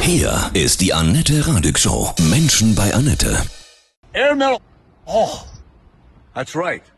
Hier ist die Annette Radig Show. Menschen bei Annette. Air metal. Oh, that's right.